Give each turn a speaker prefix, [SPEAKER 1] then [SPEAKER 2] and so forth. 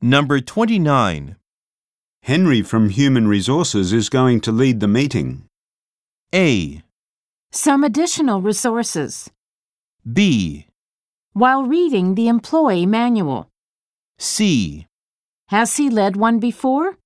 [SPEAKER 1] Number 29.
[SPEAKER 2] Henry from Human Resources is going to lead the meeting.
[SPEAKER 1] A.
[SPEAKER 3] Some additional resources
[SPEAKER 1] B.
[SPEAKER 3] while reading the employee manual.
[SPEAKER 1] C.
[SPEAKER 3] Has he led one before?